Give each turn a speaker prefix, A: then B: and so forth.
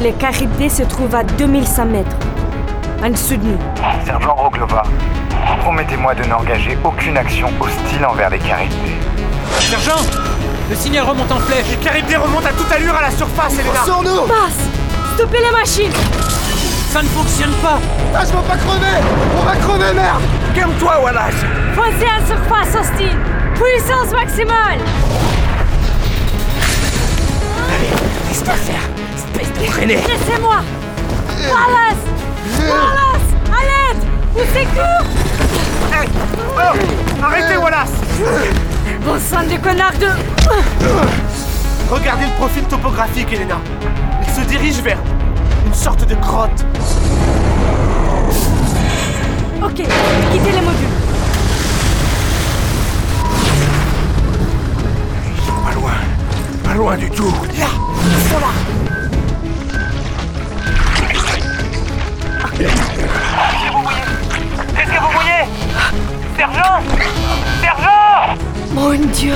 A: Les caribés se trouvent à 2100 mètres, en dessous de nous.
B: Sergent Roglova, promettez-moi de n'engager aucune action hostile envers les Caribés.
C: Sergent Le signal remonte en flèche Les caribés remontent à toute allure à la surface, Elena
D: Sors-nous
A: Passe Stoppez les machines
C: Ça ne fonctionne pas
D: Ah, je veux pas crever On va crever, merde
C: Calme-toi, Wallace
A: Foncez à la surface hostile Puissance maximale
C: Laisse-moi faire Espèce de traînée
A: Laissez-moi Wallace Wallace À l'aide Au secours
C: Arrêtez, Wallace
A: Bon sang de connard de...
C: Regardez le profil topographique, Elena Il se dirige vers une sorte de grotte
A: Ok, quittez les modules.
C: Pas loin Pas loin du tout Là Ils sont là
A: Mon Dieu